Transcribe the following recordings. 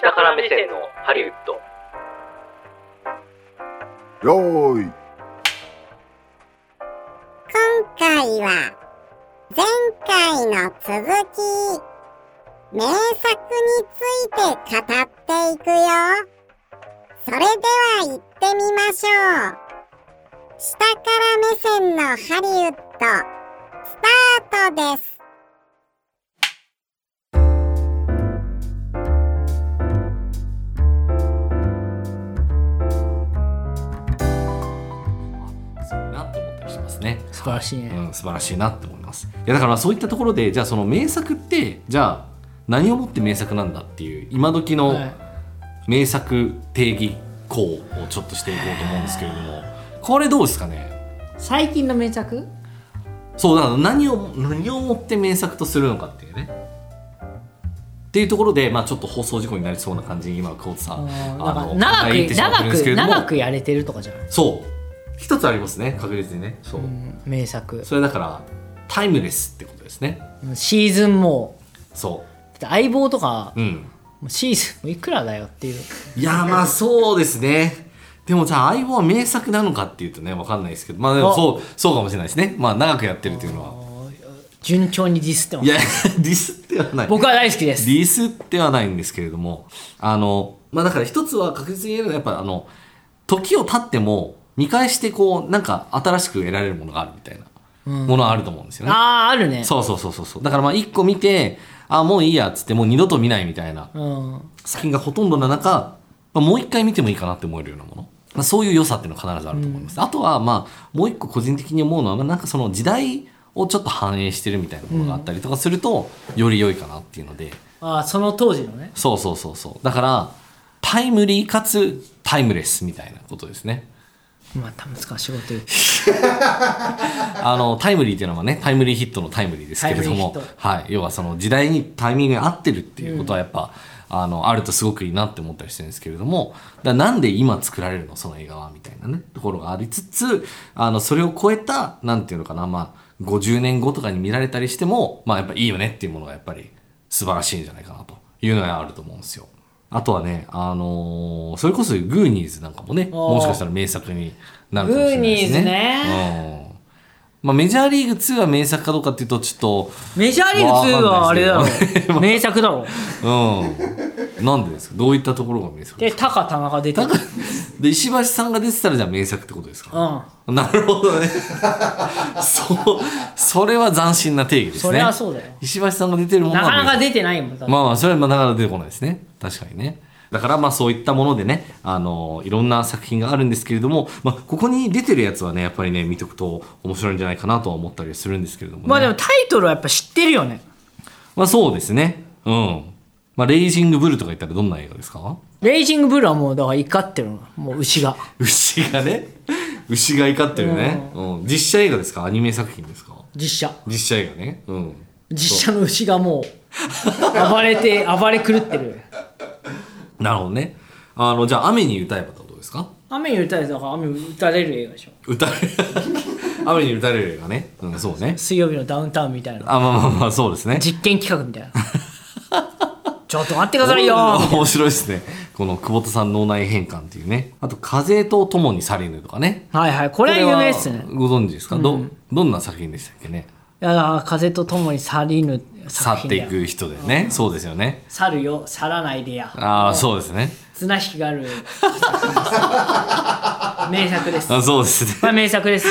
下から目線のハリウッドよーい今回は前回の続き名作について語っていくよそれでは行ってみましょう下から目線のハリウッドスタートですそうだなって思ったりしますね。素晴らしいね、うん、素晴らしいなって思います。いやだからそういったところでじゃあその名作ってじゃあ何をもって名作なんだっていう今時のはい名作定義項をちょっとしていこうと思うんですけれども、これどうですかね。最近の名作そうだから何を何をもって名作とするのかっていうね。っていうところで、まあ、ちょっと放送事故になりそうな感じに今久保田さあんーあのなんか言ってしまってるん長ですけれく長くども長くやれてるとかじゃない、そう一つありますね確実にねそう、うん名作それだからタイムレスってことですねシーズンもそだって相棒とかううんもうシーズンいくらだよっていういやまあそうですねでもじゃあ相棒は名作なのかっていうとねわかんないですけどまあでもあそうそうかもしれないですねまあ長くやってるっていうのは順調にディスってまいすや ディスってはない僕は大好きですディスってはないんですけれどもあのまあだから一つは確実に言えるのはやっぱあの時を経っても見返してこうなんか新しく得られるものがあるみたいなものはあると思うんですよね、あああるねそうそうそうそうそうだからまあ1個見てあもういいやっつってもう二度と見ないみたいなうん作品がほとんどな中、まあ、もう一回見てもいいかなって思えるようなもの、まあ、そういう良さっていうのは必ずあると思います、あとはまあもう一個個人的に思うのは、まあ、なんかその時代をちょっと反映してるみたいなものがあったりとかすると、より良いかなっていうのであーその当時のねそうそうそうそうだからタイムリーかつタイムレスみたいなことですねまた難しいこと 言うあのタイムリーっていうのはねタイムリーヒットのタイムリーですけれどもタイムリーヒッ、はい、要はその時代にタイミングに合ってるっていうことはやっぱ、あのあるとすごくいいなって思ったりしてるんですけれどもだからなんで今作られるのその映画はみたいなねところがありつつあのそれを超えたなんていうのかな、まあ、50年後とかに見られたりしても、まあ、やっぱいいよねっていうものがやっぱり素晴らしいんじゃないかなというのがあると思うんですよ。あとはね、あのーそれこそグーニーズなんかもね、もしかしたら名作になるかもしれないですね。グーニーズねうんまあ、メジャーリーグ2は名作かどうかっていうとちょメジャーリーグ2はあれだわかろんないですけど名作だろっとうんなんでですかどういったところが名作でですかタカ田中出てるで石橋さんが出てたらじゃあ名作ってことですうか、んなるほどね そうそれは斬新な定義ですねそれはそうだよ石橋さんが出てるものなは名か作なか出てないもんだってまあまあそれはまあなかなか出てこないですね確かにねだからまあそういったものでねあのいろんな作品があるんですけれども、まあ、ここに出てるやつはねやっぱりね見とくと面白いんじゃないかなとは思ったりするんですけれども、ね、まあでもタイトルはやっぱ知ってるよねまあそうですね。うん。まあ、レイジングブルとか言ったらどんな映画ですかレイジングブルはもうだから怒ってるのもう牛が 牛がね。牛が怒ってるね、うん。実写映画ですかアニメ作品ですか実写実写映画ね。うん。実写の牛がもう暴れ て暴れ狂ってるなるほどね。あの、じゃあ雨に歌えばってことですか雨に打たれたから雨に打たれる映画でしょ歌 え、雨に打たれる映画ね。うん、そうね。水曜日のダウンタウンみたいなあ、まあまあまあ、そうですね。実験企画みたいな ちょっと待ってくださいよ面白いですね。この久保田さん脳内変換っていうね。あと、風と共に去りぬとかね。はいはいこれは有名ですねこれはご存知ですか、ど、どんな作品でしたっけねいや風と共に去りぬ去作って品いだよく人だよね。そうですよね。去るよ去らないでやああ、そうですね。綱引きがある名 作ですあそうですね。 まあ名 作です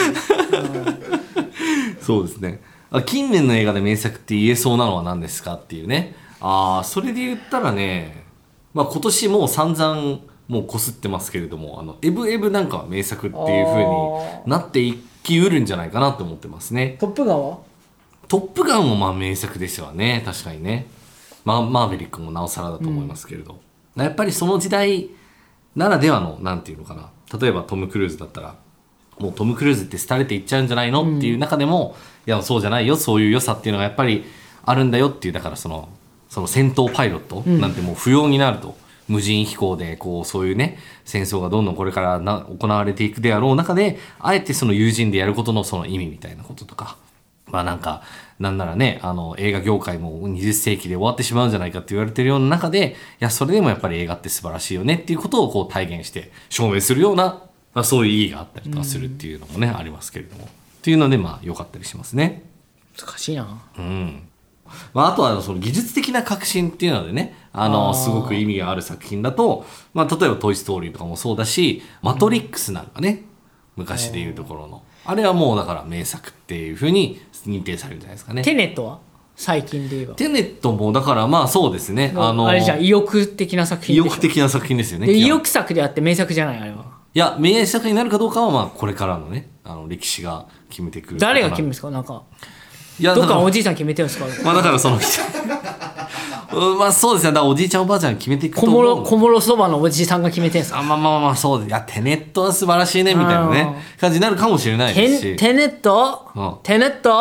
そうですね。あ近年の映画で名作って言えそうなのは何ですかっていうね。ああ、それで言ったらね、まあ今年もう散々もうこすってますけれども、あの、エブエブなんかは名作っていう風になっていきうるんじゃないかなと思ってますね。トップガンはトップガンもまあ名作ですよね。確かにね。まあ、マーヴェリックもなおさらだと思いますけれど。やっぱりその時代ならではの、なんていうのかな。例えばトム・クルーズだったら、もうトム・クルーズって廃れていっちゃうんじゃないの、っていう中でも、いや、そうじゃないよ。そういう良さっていうのがやっぱりあるんだよっていう、だからその、その戦闘パイロットなんてもう不要になると。無人飛行で、こう、そういうね、戦争がどんどんこれからな行われていくであろう中で、あえてその友人でやることのその意味みたいなこととか、まあなんか、なんならね、あの、映画業界も20世紀で終わってしまうんじゃないかって言われてるような中で、いや、それでもやっぱり映画って素晴らしいよねっていうことをこう体現して証明するような、まあそういう意義があったりとかするっていうのもね、ありますけれども。っていうので、まあ良かったりしますね。難しいなうん。まあ、あとはその技術的な革新っていうのでね、あの、あーすごく意味がある作品だと、まあ、例えばトイ・ストーリーとかもそうだし、マトリックスなんかね、昔でいうところの。あれはもうだから名作っていうふうに認定されるんじゃないですかね。テネットは最近で言えばテネットもだからまあそうですね。ああの、れじゃん意欲的な作品意でしょ欲的な作品ですよね。で基本意欲作であって名作じゃないあれはいや、名作になるかどうかはまあこれからのね、あの歴史が決めてくる。誰が決めるんですかなんかいや、どっだかかららおじいさん決めてるんですかまあだからその うんまあそうですね。だからおじいちゃんおばあちゃんが決めていくと小思う諸小諸そばのおじさんが決めてるんですかあまあまあまあそうです。いや、テネットは素晴らしいね、みたいなね、感じになるかもしれないですテンし。テネット、うんテネット、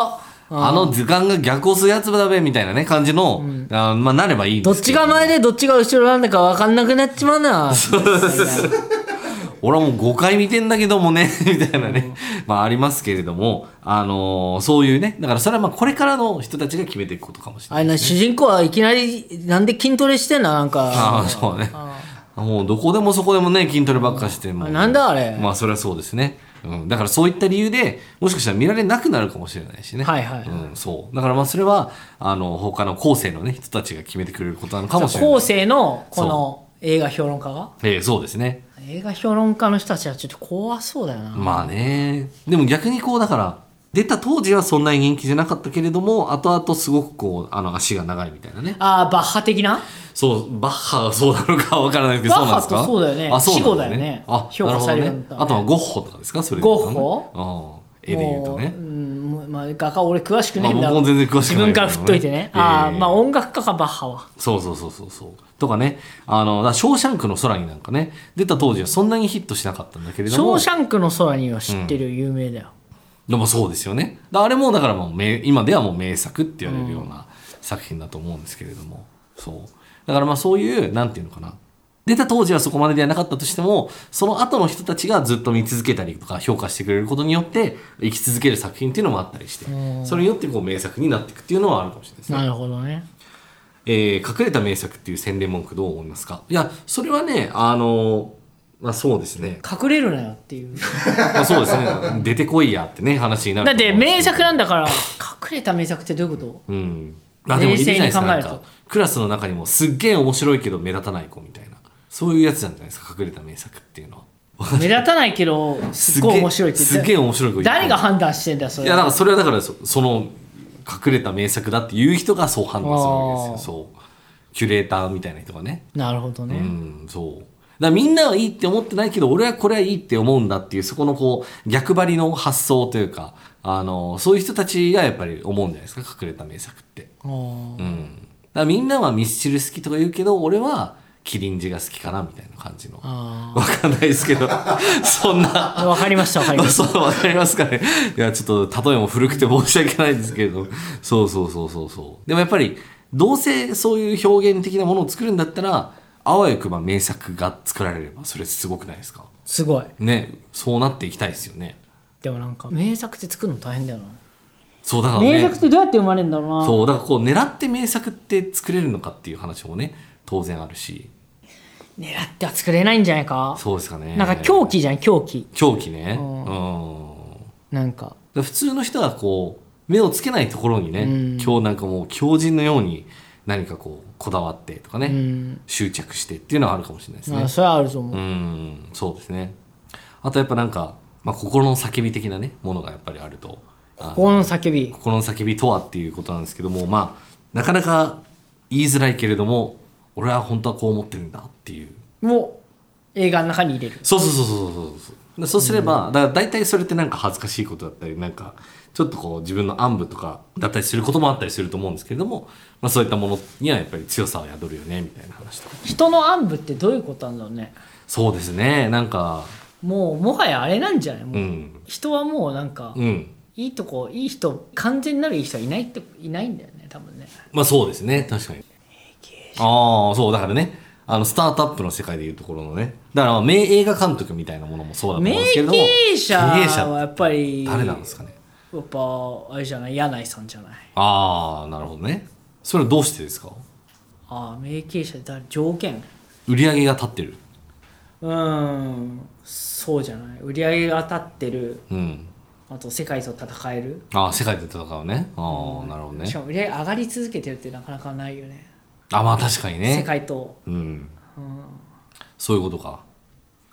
うんあの図鑑が逆をするやつだべ、みたいなね、感じの、あまあなればいいんどでっすけちど。が前でどっちが後ろなんだか分かんなくなっちまうな 俺はもう5回見てんだけどもね、 みたいなね、まあありますけれども、あのーそういうね、だからそれはまあこれからの人たちが決めていくことかもしれあない。れな主人公はいきなりなんで筋トレしてんのなんあかあ、そうね。もうどこでもそこでもね、筋トレばっかしてもう。なんだあれまあそれはそうですね。うん、だからそういった理由でもしかしたら見られなくなるかもしれないしね。はいはいうん、そう。だからまあそれは、あの、他の後世のね、人たちが決めてくれることなのかもしれない。後世のこの映画評論家がええそうですね。映画評論家の人たちはちょっと怖そうだよな、まあね。でも逆にこう、だから、出た当時はそんなに人気じゃなかったけれども、後々すごくこう、あの、足が長いみたいなね。ああバッハ的なそう、バッハがそうなのかわからないけど、バそッうなんハですかってそうだよねあ、そうなん死後だよねあ、評価されるなほどんだねねあとはゴッホとかですかそれで言うとねゴうん。絵で言うとねも。うんもうまあ、画家俺詳しくねえんだまあ僕も全然詳しくない自分から振っといてね、ええああまあ音楽家かバッハはそうそうそうそうそう。とかね、あの、だからショーシャンクの空になんかね、出た当時はそんなにヒットしなかったんだけれシどョもー、シャンクの空には知ってる有名だよ、でもそうですよね。だあれもだからもう名、今ではもう名作って言われるような作品だと思うんですけれども、そう。だからまあそういう、なんていうのかな。出た当時はそこまでではなかったとしても、その後の人たちがずっと見続けたりとか評価してくれることによって、生き続ける作品っていうのもあったりして、それによってこう名作になっていくっていうのはあるかもしれないですね。なるほどねえー隠れた名作っていう宣伝文句どう思いますかいや、それはね、あのまあそうですね。隠れるなよっていうまあそうです ね。出てこいやってね、話になるだとっ思うてんですけど名作なんだから隠れた名作ってどういうこと、うん。あ、でもいるじゃないですか。冷静に考えなんるとか、クラスの中にもすっげえ面白いけど目立たない子みたいな。そういうやつなんじゃないですか、隠れた名作っていうのは。目立たないけどすっごい面白いってすっげえ面白い子いる誰が判断してんだよそいれや、だからそれはだからそ、その、隠れた名作だっていう人がそう判断するわけですよ。そう。キュレーターみたいな人がね。なるほどね、うん、そう。だからみんなはいいって思ってないけど、俺はこれはいいって思うんだっていう、そこのこう、逆張りの発想というか、あの、そういう人たちがやっぱり思うんじゃないですか、隠れた名作って。あーうん。だからみんなはミスチル好きとか言うけど、俺はキリンジが好きかなみたいな感じの。わあかんないですけど、 そ んな。ーわかりましたわかりまあ ましたそう、わかりますかね。いや、ちょっと、例えも古くて申し訳ないんですけれど、そうそうそうそうそう。でもやっぱり、どうせそういう表現的なものを作るんだったら、あわよくば名作が作られれば、それすごくないですかすごいね、そうなっていきたいですよね。でもなんか名作って作るの大変だよなそう、だからね。名作ってどうやって生まれるんだろうなそう、だからこう、狙って名作って作れるのかっていう話もね、当然あるし。狙っては作れないんじゃないかそうですかね。なんか狂気じゃん狂気狂気ね。ううんん。だかなんから普通の人はこう、目をつけないところにね、うん今日なんかもう狂人のように何かこう、こだわってとかね、うん執着してっていうのはあるかもしれないですまあね。それはあると思う、うん、そうですね。あとやっぱなんか、まあ、心の叫び的なね、ものがやっぱりあると。あの心の叫び心の叫びとはっていうことなんですけども、まあ、なかなか言いづらいけれども、俺は本当はこう思ってるんだっていうも映画の中に入れるそうそうそうそうそうそうでそうすれば、だから大体それってなんか恥ずかしいことだったりなんかちょっとこう自分の暗部とかだったりすることもあったりすると思うんですけれども、まあ、そういったものにはやっぱり強さを宿るよねみたいな話とか人の暗部ってどういうことなんだろうねそうですねなんかもうもはやあれなんじゃないもう、うん人はもうなんか、うんいいとこいい人完全なるいい人はいないっていないんだよね多分ねまあそうですね確かにああそうだからねあのスタートアップの世界でいうところのねだからまあ名映画監督みたいなものもそうだと思うん名ですけれども経営者経営者はやっぱり誰なんですかねやっぱあれじゃない柳井さんじゃないああなるほどねそれはどうしてですかああ名経営者で誰条件売り上げが立ってるうーんそうじゃない売り上げが当たってるうんあと世界と戦えるああ世界で戦うねああなるほどねしかも売り上げ上がり続けてるってなかなかないよねあまあ確かに世ね界とうんそういうことか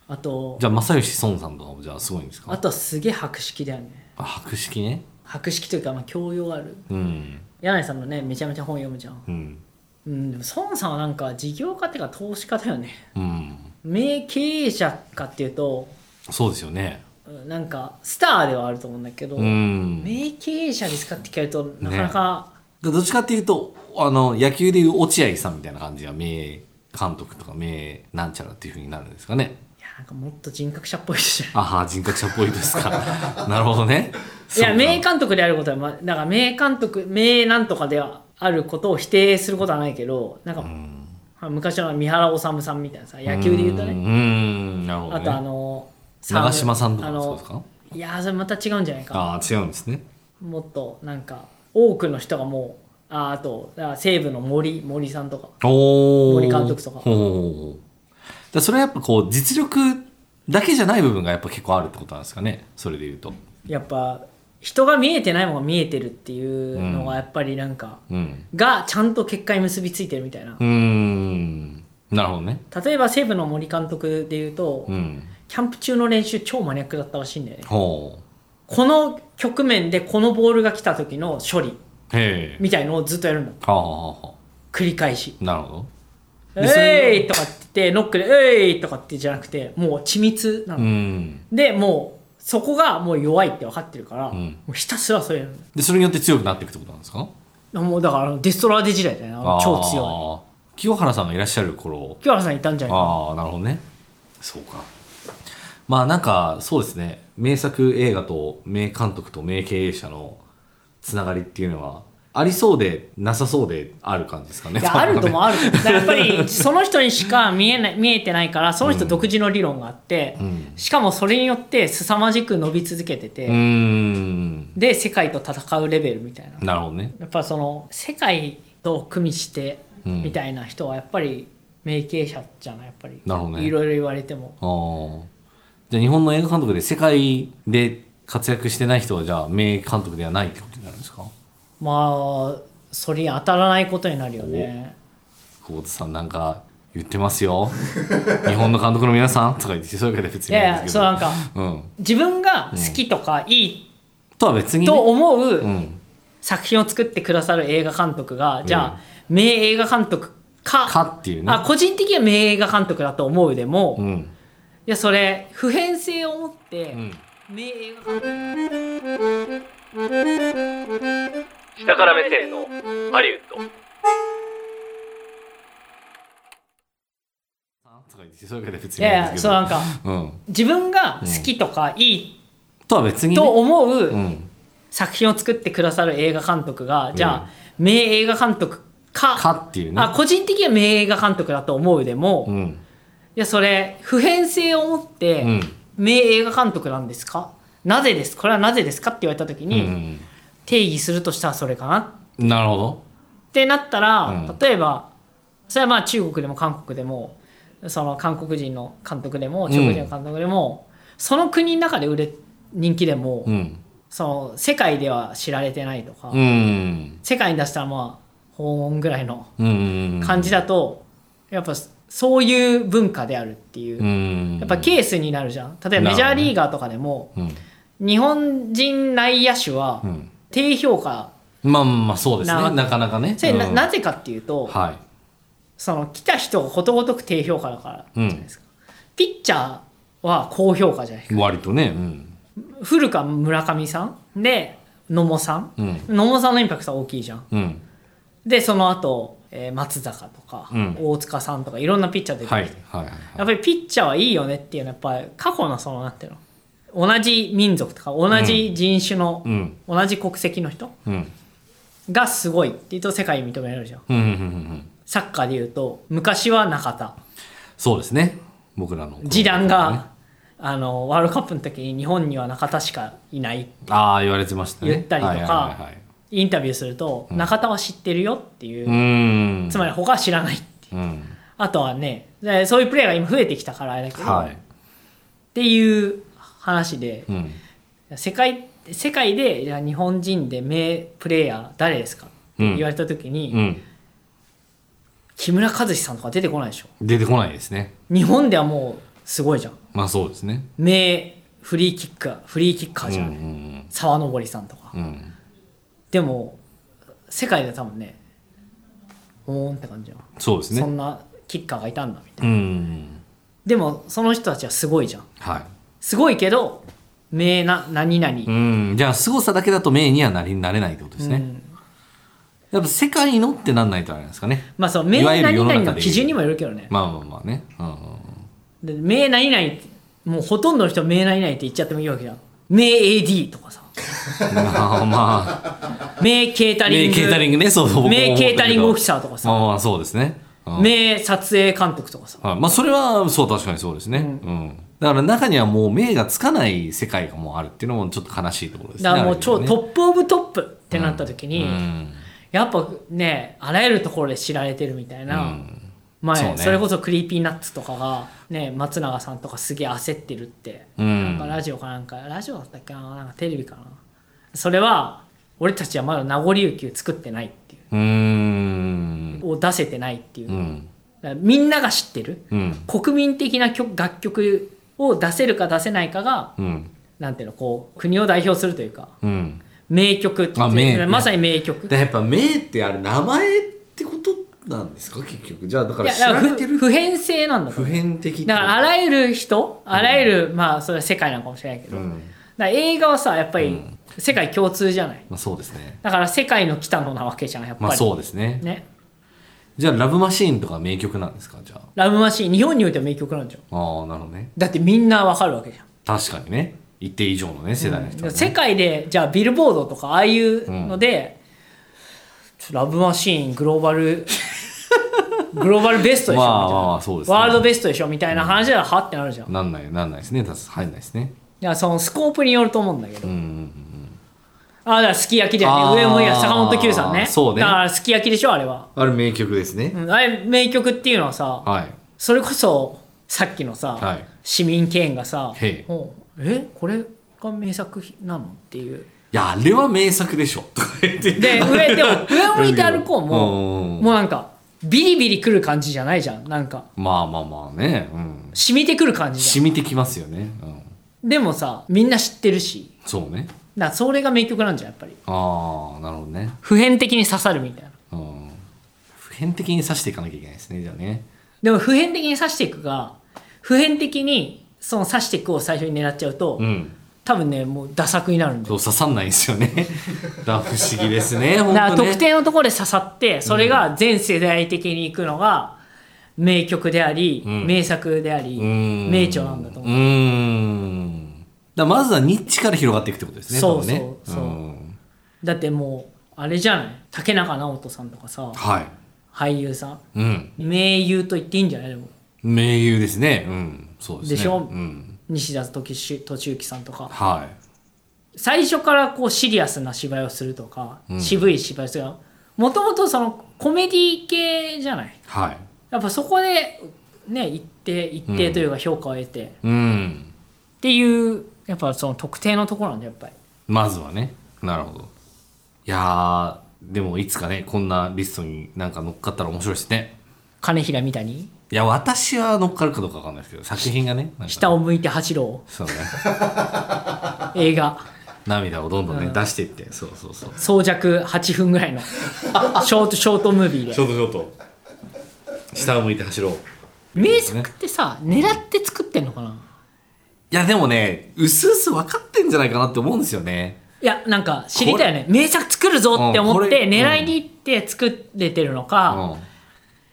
あとじゃあ正義孫さんとかもじゃあすごいんですあかとはすげえ博識だよねあ博識ね博識というかまあ教養あるうん柳井さんもねめちゃめちゃ本読むじゃんうんうんでも孫さんはなんか事業家っていうか投資家だよねうん名経営者かっていうとそうですよねうんなんかスターではあると思うんだけど、うん名経営者ですかって聞かれるとなかなか、でどっちかっていうとあの野球でいう落合さんみたいな感じが名監督とか名なんちゃらっていうふうになるんですかねいやなんかもっと人格者っぽいじゃん。あは人格者っぽいです かなるほどねいや名監監督であることは、ま、なんか名監督名なんとかではあることを否定することはないけどなんか、まあ昔の三原治さんみたいなさ野球で言うとうねんなるほど、あね、とあの長嶋さんとあかもそうですのかいやそれまた違うんじゃないかああ違うんですねもっとなんか多くの人がもうああとだから西武の森森さんとかおお森監督とかほうだそれはやっぱこう実力だけじゃない部分がやっぱ結構あるってことなんですかねそれで言うとやっぱ人が見えてないものが見えてるっていうのがやっぱりなんか、うんがちゃんと結果に結びついてるみたいなうーんなるほどね例えば西武の森監督でいうと、うんキャンプ中の練習超マニアックだったらしいんだよねほこの局面でこのボールが来た時の処理うへえみたいのをずっとやるんだはあはあは繰り返しあなるほど「でそれえい!」とかって言ってノックで「えい!」とかってじゃなくてもう緻密なうの、んでもうそこがもう弱いって分かってるから、んもうひたすらそれやるんだよでそれによって強くなっていくってことなんですかもうだからあのデストラーデ時代だよねあの超強いい清原さんがいらっしゃる頃清原さんいたんじゃないかああなるほどねそうかまあなんかそうですね名作映画と名監督と名経営者のつながりっていうのはありそうでなさそうである感じですかねいやあるともああると思うだからやっぱりその人にしか見えない見えてないからその人独自の理論があって、んしかもそれによって凄まじく伸び続けて て、うーんで世界と戦うレベルみたいななるほどねやっぱその世界と組みしてうんみたいな人はやっぱり名経営者じゃないやっぱりなるほどねいろいろ言われてもああじゃあ日本の映画監督で世界で活躍してない人はじゃあ名監督ではないってことになるんですかまあそれに当たらないことになるよね久保田さんなんか言ってます よ日本の監督の皆さんとか言ってそういうわけで別いにないやんいでやすそけうどなんかうん自分が好きとかいいとは別にねと思う、うん作品を作ってくださる映画監督がじゃあ、名映画監督かかっていうねあ個人的には名映画監督だと思うでも、ういんやそれ普遍性を持って、うん名映画監督下から目線のハリウッドとか言ってそういうわけで別いにないやんいでやすそけうどなんかうん自分が好きとかいいとは別にねと思う、うん作品を作ってくださる映画監督がじゃうあ、ん名映画監督かかっていうねあ個人的には名映画監督だと思うでも、ういんやそれ普遍性を持って、うん名映画監督なんですかなぜですこれはなぜですかって言われた時うに、ん定義するとしたらそれかななるほどってなったら、うん例えばそれはまあ中国でも韓国でもその韓国人の監督でもん中国人の監督でも、その国の中で売れ人気でも、うんその世界では知られてないとか、うん世界に出したらまあ訪問ぐらいのうん感じだと、やっぱそういう文化であるっていう、うんやっぱケースになるじゃん例えばメジャーリーガーとかでも、うん日本人内野手はうん低評価、まあまあまあそうですなねなかなかねそれなうんなぜかっていうと、はいその来た人がことごとく低評価だからじゃないですか、ピッチャーは高評価じゃない割とねうん古川村上さんで野茂さん、うん野茂さんのインパクトは大きいじゃんうんでその後、えー松坂とか、うん大塚さんとかいろんなピッチャー出てきて、はいはいはいやっぱりピッチャーはいいよねっていうのはやっぱり過去のそのなんていうの同じ民族とか同じ人種の、うん同じ国籍の人うんがすごいって言うと世界に認められるじゃんうんうんうんうんサッカーで言うと昔は中田そうですね僕らの時短が、あのワールドカップの時に日本には中田しかいないああ言われてましたね言ったりとかはいはいはいはいインタビューすると、中田は知ってるよっていうう、ーんつまり他は知らないっていううんあとはねでそういうプレーが今増えてきたからあれだけど、はいっていう話でうん世界世界でじゃあ日本人で名プレーヤー誰ですかって言われた時に、うん木村和志さんとか出てこないでしょ出てこないですね日本ではもうすごいじゃんまあそうですね名フリーキッカーフリーキッカーうんじうゃん、ん沢登さんとか、うんうんでも世界で多分ねおーんって感じじゃん、そうですそねんなキッカーがいたんだみたいなうんうんうんでもその人たちはすごいじゃんはいすごいけど名な何々、うん、じゃあ凄さだけだと名にはなりなれないってことですね、やっぱ世界のってなんないとあれなんですかねまあその名いわゆる何世の々中ので基準にもよるけどねまあまあまあね、うんうんうん、で名何々ってもうほとんどの人は名何々って言っちゃってもいいわけじゃん名 AD とかさまあまあ名 ケータリ名ングケータリングねそう僕も思ったけど名ケータリングオフィサーとかさまあまあそうですね、うん名撮影監督とかさはい、まあそれはそう確かにそうですね、うんだから中にはもう名がつかない世界がもうあるっていうのもちょっと悲しいところですねだからもうあ超る意ト味ップオブトップってなった時に、ねうんやっぱねあらゆるところで知られてるみたいな、うん前そそ,、うねれこそクリーピーナッツとかが、ね、松永さんとかすげえ焦ってるって、うんなんかラジオかなんかラジオだったっけななんかテレビかなそれは俺たちはまだ名残琉球作ってないっていううんを出せてないっていう、うだかんらみんなが知ってる、うん国民的な曲楽曲を出せるか出せないかが、うんなんていうのこう国を代表するというかうん名曲ってあ名まさに名曲だからやっぱ名ってあれ名前ってことなんですか結局じゃあだかいらや知だからられふてる普遍性なんだから普遍的だからあららゆる人あらゆる、まあそれは世界なのかもしれないけど、うんだから映画はさやっぱり世界共通じゃない、まあそうですねだから世界の北野なわけじゃんやっぱり、まあそうですねねじゃあラブマシーンとか名曲なんですかじゃあラブマシーン日本においては名曲なんじゃんああなるほどねだってみんなわかるわけじゃん確かにね一定以上のね世代の人はね世界でじゃあビルボードとかああいうので、ちょっとラブマシーングローバル グローバルベストでしょみたいな、まあまあまあそうですねワールドベストでしょみたいな話ならはってなるじゃん、いなんないなんないですね確か入んないですねやそのスコープによると思うんだけど、うんうんあだからすき焼きだよあーね上向いた坂本九さんねそうねだからすき焼きでしょあれは、あれ名曲ですね。うん、あれ名曲っていうのはさはい。それこそさっきのさ、はい市民権がさへいもうえこれが名作なのっていういや、あれは名作でしょ。とか言って。で上でも上向いて歩こうもうんもうなんかビリビリくる感じじゃないじゃんなんかまあまあまあね。うん。染みてくる感じじゃ染みてきますよね。うん。んでもさみんな知ってるしそうね。だからそれが名曲なんじゃんやっぱりああ、なるほどね。普遍的に刺さるみたいなうん。普遍的に指していかなきゃいけないですね、じゃあね。でも普遍的に刺していくが普遍的にその刺していくを最初に狙っちゃうと、うん。多分ねもうダ作になるんだそよう、刺さんないんですよね。 だから不思議ですね、だ本から当ね。特定のところで刺さってそれが全世代的にいくのが名曲であり、ん名作であり、うん名著なんだと思う、うーん。だからまずはニッチから広がっていくってことですね、そ多う分ねそうそうんだってもうあれじゃない竹中直人さんとかさはい。俳優さんうん。名優と言っていいんじゃないでも名優ですね。うん。そうですね。でしょうん。西田敏志俊之さんとかはい。最初からこうシリアスな芝居をするとか、渋い芝居をするもともとそのコメディ系じゃないはい。やっぱそこでね一定一定というか評価を得て、っうん。ていうやっぱその特定のところなんだよやっぱりまずはね。なるほど。いやー、でもいつかね、こんなリストになんか乗っかったら面白いですね。金平みたいにいや、私は乗っかるかどうかわかんないですけど、作品がね、なんか下を向いて走ろそうね。う映画涙をどんどんね、出していって。そうそうそう。装着8分ぐらいのショートショートムービーショでートショート。下を向いて走ろう。名作ってさ狙って作ってんのかないや、でもね、うすうす分かってんじゃないかなって思うんですよね。いやなんか知りたいよね名作作るぞって思っうてんこれ狙いに行って作れてるのうか、ん。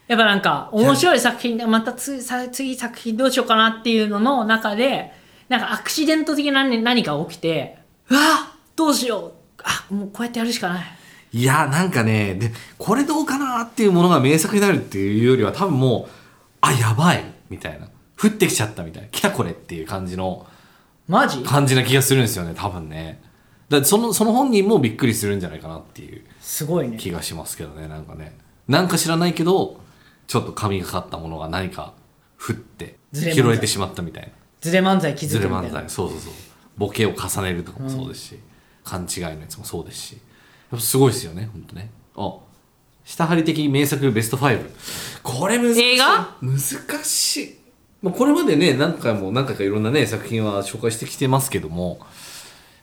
やっぱなんか面白い作品でまたつさ次作品どうしようかなっていうのの中でなんかアクシデント的な何何かが起きてうわあどうしようあもうこうやってやるしかないいや、なんかね、で、これどうかなっていうものが名作になるっていうよりは、多分もう、あ、やばいみたいな。降ってきちゃったみたいな来たこれっていう感じのマジ感じな気がするんですよね多分ねだからそのその本人もびっくりするんじゃないかなっていうすごいね気がしますけどねなんかねなんか知らないけどちょっと神がかったものが何か降ってずれ漫才拾えてしまったみたいなズレ漫才気づずくれみた漫いな才そうそうそうボケを重ねるとかもそうですし、勘違いのやつもそうですしやっぱすごいですよねほんとねあ下張り的名作ベスト5これ難しい映画難しい、まあ、これまでね何回も何回かいろんなね作品は紹介してきてますけども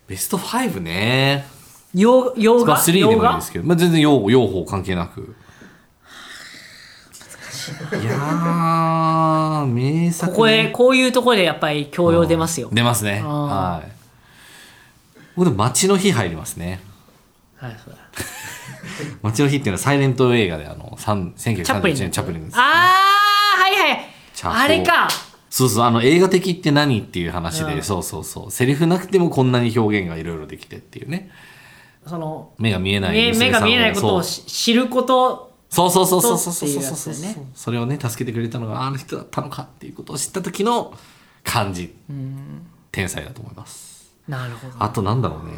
ベスト5ね洋洋ま画あ3で洋もいい画ですけど、まあ、全然用法用法関係なくいやー名作ここねへこういうとこでやっぱり教養出ますよ出ますね。あはーい。僕でも街の日入りますね。はいそうだ街の日っていうのはサイレント映画であの三チャップリン1931年チャップリンです。あーはいはいチャップあれかそうそうあの映画的って何っていう話で、うんそうそうそうセリフなくてもこんなに表現がいろいろできてっていうねその目が見えない目目が見えないことをそうし知ることそうそうそうそうそうそうそうことそっうていうやつだよそれをね助けてくれたのがあの人だったのかっていうことを知った時の感じ天才だと思いますなるほどあとなんだろうね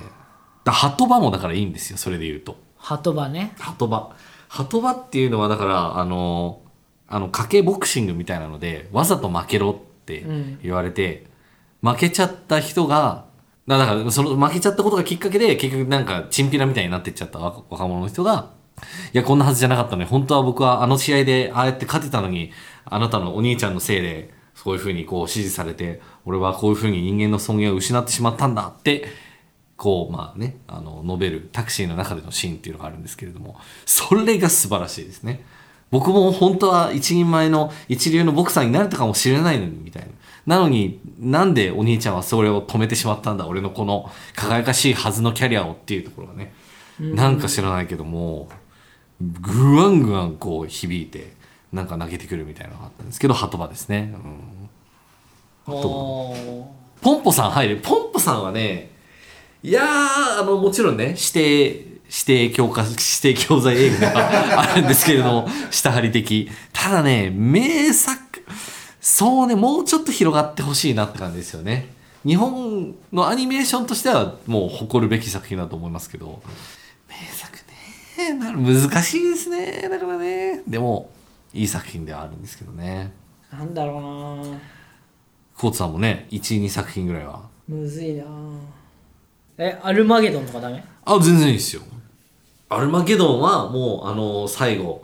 だハトバもだからいいんですよそれで言うと鳩場ねハトバ。ハトバっていうのはだから、あの、あの、賭けボクシングみたいなので、わざと負けろってん言われて、負けちゃった人が、だだから、その負けちゃったことがきっかけで、結局なんか、チンピラみたいになってっちゃった若若者の人が、いや、こんなはずじゃなかったのに、本当は僕はあの試合で、ああやって勝てたのに、あなたのお兄ちゃんのせいで、そういうふうにこう指示されて、俺はこういうふうに人間の尊厳を失ってしまったんだって、こう、まあね、あの、述べるタクシーの中でのシーンっていうのがあるんですけれども、それが素晴らしいですね。僕も本当は一人前の一流のボクサーになれたかもしれないのに、みたいな。なのに、なんでお兄ちゃんはそれを止めてしまったんだ、俺のこの輝かしいはずのキャリアをっていうところがね、なんか知らないけども、ぐわんぐわんこう響いて、なんか投げてくるみたいなのがあったんですけど、鳩場ですね。うんおーポンポさん入る。ポンポさんはね、いやー、あの、もちろんね、指定、指定教科、指定教材映画 があるんですけれども、下張り的。ただね、名作、そうね、もうちょっと広がってほしいなって感じですよね。日本のアニメーションとしては、もう誇るべき作品だと思いますけど、名作ね、な難しいですね、だからね。でも、いい作品ではあるんですけどね。なんだろうなコーツさんもね、1、2作品ぐらいはむずいなえアルマゲドンとかダメあ、全然いいですよ。アルマゲドンはもう、あの最後。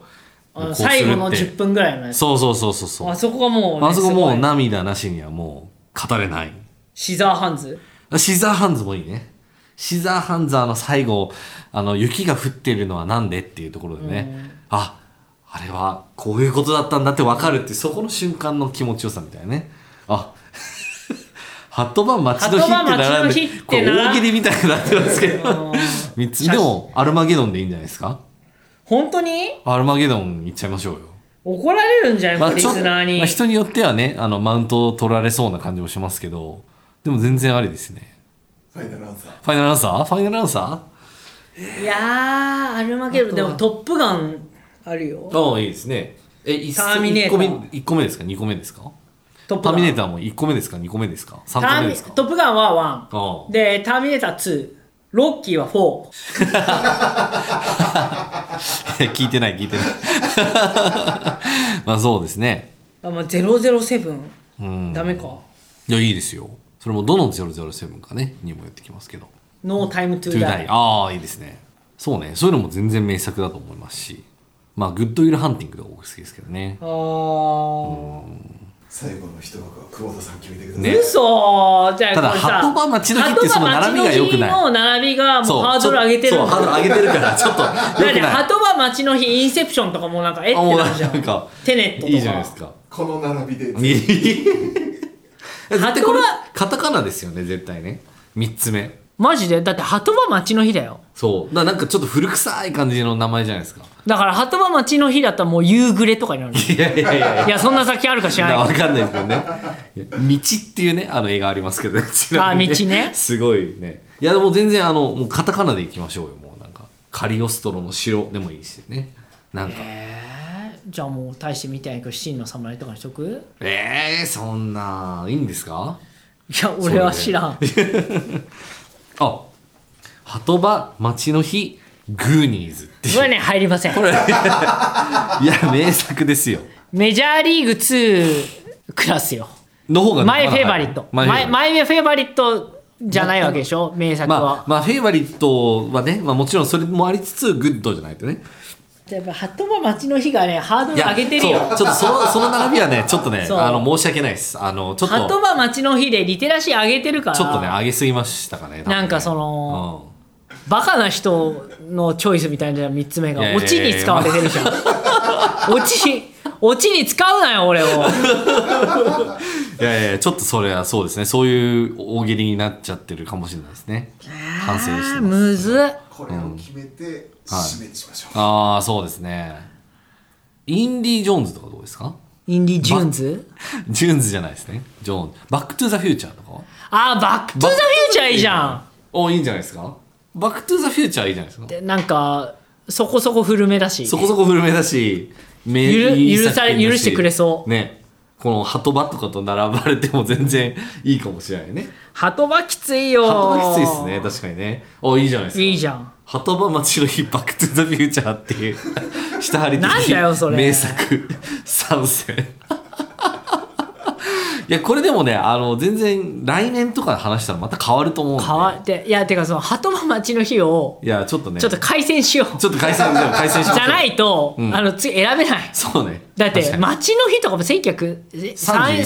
あこのうするって最後の10分ぐらいのやつそうそうそうそうそう。あそこがもう、ね、あそこすもうごい涙なしにはもう語れない。シザーハン ズあシザーハンズもいいね。シザーハンズあの最後、あの雪が降ってるのはなんでっていうところでね。あ、あれはこういうことだったんだってわかるっていう、そこの瞬間の気持ちよさみたいなね。あ、 ハットバン街の日って並んハットバン街の日で、っこてれな大喜利みたいになってますけどうん。三つ、でもアルマゲドンでいいんじゃないですか本当にアルマゲドン行っちゃいましょうよ。怒られるんじゃない、リちょっとスナーに、まあ人によってはね、あの、マウントを取られそうな感じもしますけど、でも全然ありですね。ファイナルアンサー。ファイナルアンサーファイナルアンサいやーアルマゲドンでも「トップガン」あるよーああ、いいですね。え、一ターミネーター一個目一個目ですか二個目ですかトップタガーンミネーターも1個目ですか二個目ですか三タ個ー目ミですかトップガンはあ1でターミネーター2ロッキーは4 聞いてない、聞いてない。 まあそうですね。あまあ007、うん。ダメかいや、いいですよ。それもどの007かね、にもよってきますけど。ノータイムトゥトーゥーダダイイ。ああ、いいですね。そうね。そういうのも全然名作だと思いますし。まあ、グッドウィルハンティングとか僕好きですけどね。あー、最後の一枠は久保田さん決めてください。ね嘘じゃあただこれさハトバ町の日っていうその並びが良くないハトバ町の日の並びがもうハードル上げてるそう、ハードル上げてるから、ちょっとだ良っくてなハい。トバ町の日インセプションとかもうなんかえっあ、てもうなるじゃんなんか、テネットとかいいじゃないですか。この並びで。いいだってこれハト、カタカナですよね、絶対ね。三つ目。マジでだってハトバ町の日だよそう。だからなんかちょっと古臭い感じの名前じゃないですか。だからハトバ町の日だったらもう夕暮れとかにな るのいやいやいやいいやそんな先あるか知らや。なわいけどかんないですけどね。道っていうね、あの映画ありますけどね。ちなみにあ道ね すごいね。いや、でも全然あの、もうカタカナでいきましょうよ、もうなんか。カリオストロの城でもいいしね。なんか。えじゃあもう大して見てないけど真の侍とかにしとくえー、そんないいんですかいや俺は知らん、あ鳩場町の日グーニーズってこれね入りません いや名作ですよメジャーリーグ2クラスよの方がマイフェイバリットママイフェイバリイットマイフェイバリットじゃないわけでしょ名作は、まあ、まあ、フェイバリットはね、まあ、もちろんそれもありつつグッドじゃないとねやっぱハトバ町の日がねハードいル上げてるよそうちょっとそのその並びはねちょっとねそうあの申し訳ないですあのちょっハトとバ町の日でリテラシー上げてるからちょっとね上げすぎましたかね多分ねなんかそのバカな人のチョイスみたいな3つ目がいやいやいオやチに使われてるじゃんオチオチに使うなよ俺をうんいやいやいやちょっとそれはそうですねそういう大喜利になっちゃってるかもしれないですね反省してますむずっこれを決めて締めにしましょう、ああそうですねインディ・ジョーンズとかどうですかインディ・ジューンズジューンズじゃないですねジョーンズバック・トゥ・ザ・フューチャーとかはあーバック・トゥ・ザ・フューチャーいいじゃんおいいんじゃないですかバック・トゥ・ザ・フューチャーいいじゃないですかでなんかそこそこ古めだしそこそこ古めだし、めゆるいい許され作品だ許してくれそうね。この鳩場とかと並ばれても全然いいかもしれないね。ハトバきついよ鳩場きついですね、確かにね。あ、いいじゃないですか。いいじゃん鳩場町の日バックトゥザフューチャーっていう 下張り的なんだよそれ名作参戦いやこれでもねあの全然来年とか話したらまた変わると思うんで変わっていやてかその鳩場町の日をいやちょっとねちょっと改善しよ う、ちょっと改戦じゃあ改戦しまし じょうゃないと、んあの次選べないそうねだっ確てかに町の日とかも31で1930すね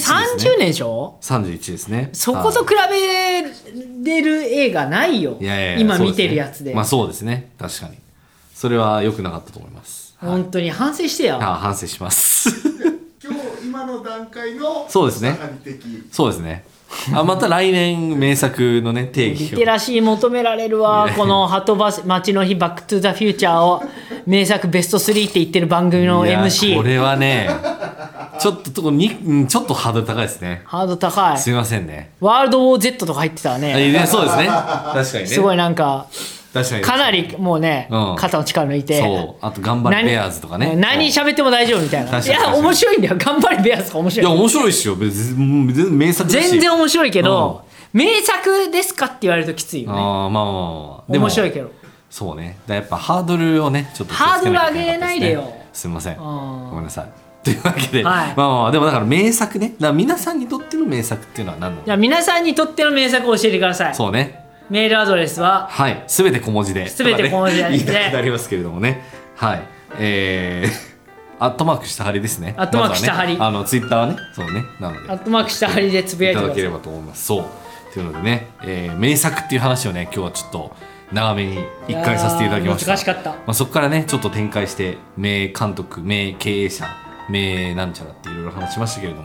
年でしょ31ですねそことはい比べれる映画ないよいやいやいや今そうす見てるやつでね、まあそうですね確かにそれは良くなかったと思います、はい、本当に反省してよ、あ反省します 今日今の段階のそうですね下張り的そうですねあまた来年名作のね定リ義テをラシー求められるわいやこの「鳩場町の日バック・トゥ・ザ・フューチャー」を名作ベスト3って言ってる番組のいや MC これはねちょっととこにうんちょっとハードル高いですねハード高いすいませんねワールド・ウォー・ゼットとか入ってたらあねいやそうですね確かにねすごいなんか確かにかなりもうね、うん肩の力抜いてそうあと頑張れベアーズとかね何喋っても大丈夫みたいな確いかに確やかに面白いんだよ頑張れベアーズとか面いや白い面白いっすよ別に全然名作だし全然面白いけど、名作ですかって言われるときついよねあーまあまあまあまあでも面白いけどそうね。だからやっぱハードルをね、ちょっと気をつけなきゃけかったすねハードル上げないでよすみません。んごめんなさい。 というわけで、はいまあまあまあでもだから名作ね。だから皆さんにとっての名作っていうのは何なのじゃあ皆さんにとっての名作を教えてくださいそうね。メールアドレスははい。すべて小文字で。全て小文字でとかね言いたくなりますけれどもね。はい。えー、 アットマーク下張りですね。アットマーク下張まりずはねあのツイッターはね、そうね。なので。アットマーク下張りでつぶやいいてたくだださけいればと思います。そう。というのでね、えー名作っていう話をね、今日はちょっと長めに一回させていただきました。いやー難しかったまあ、そこからね、ちょっと展開して、名監督、名経営者、名なんちゃらっていろいろ話しましたけれども、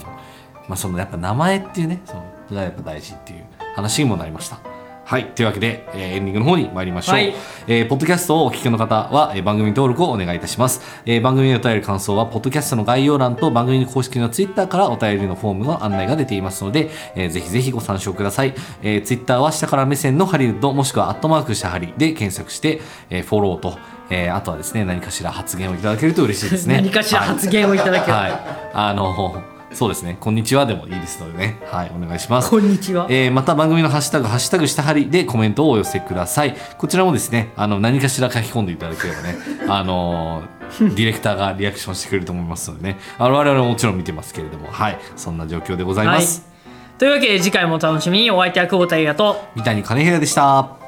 まあ、そのやっぱ名前っていうね、そのがやっぱ大事っていう話にもなりました。はい。というわけで、えーエンディングの方に参りましょう。はいえーポッドキャストをお聞きの方は、えー番組登録をお願いいたします、えー番組へのお便り感想はポッドキャストの概要欄と番組の公式のツイッターからお便りのフォームの案内が出ていますので、えーぜひぜひご参照ください、えツイッター Twitter は下から目線のハリウッドもしくはアットマークしたハリで検索して、えーフォローと、えーあとはですね何かしら発言をいただけると嬉しいですね何かしらはい発言をいただければはい、あのそうですね「こんにちは」でもいいですのでねはいお願いしますこんにちはえーまた番組のハッシュタグ「ハッシュタグしたはり」でコメントをお寄せくださいこちらもですねあの何かしら書き込んでいただければね あのーディレクターがリアクションしてくれると思いますのでねあの我々ももちろん見てますけれどもはいそんな状況でございます、はい、というわけで次回もお楽しみにお相手は久保田裕也と三谷金平でした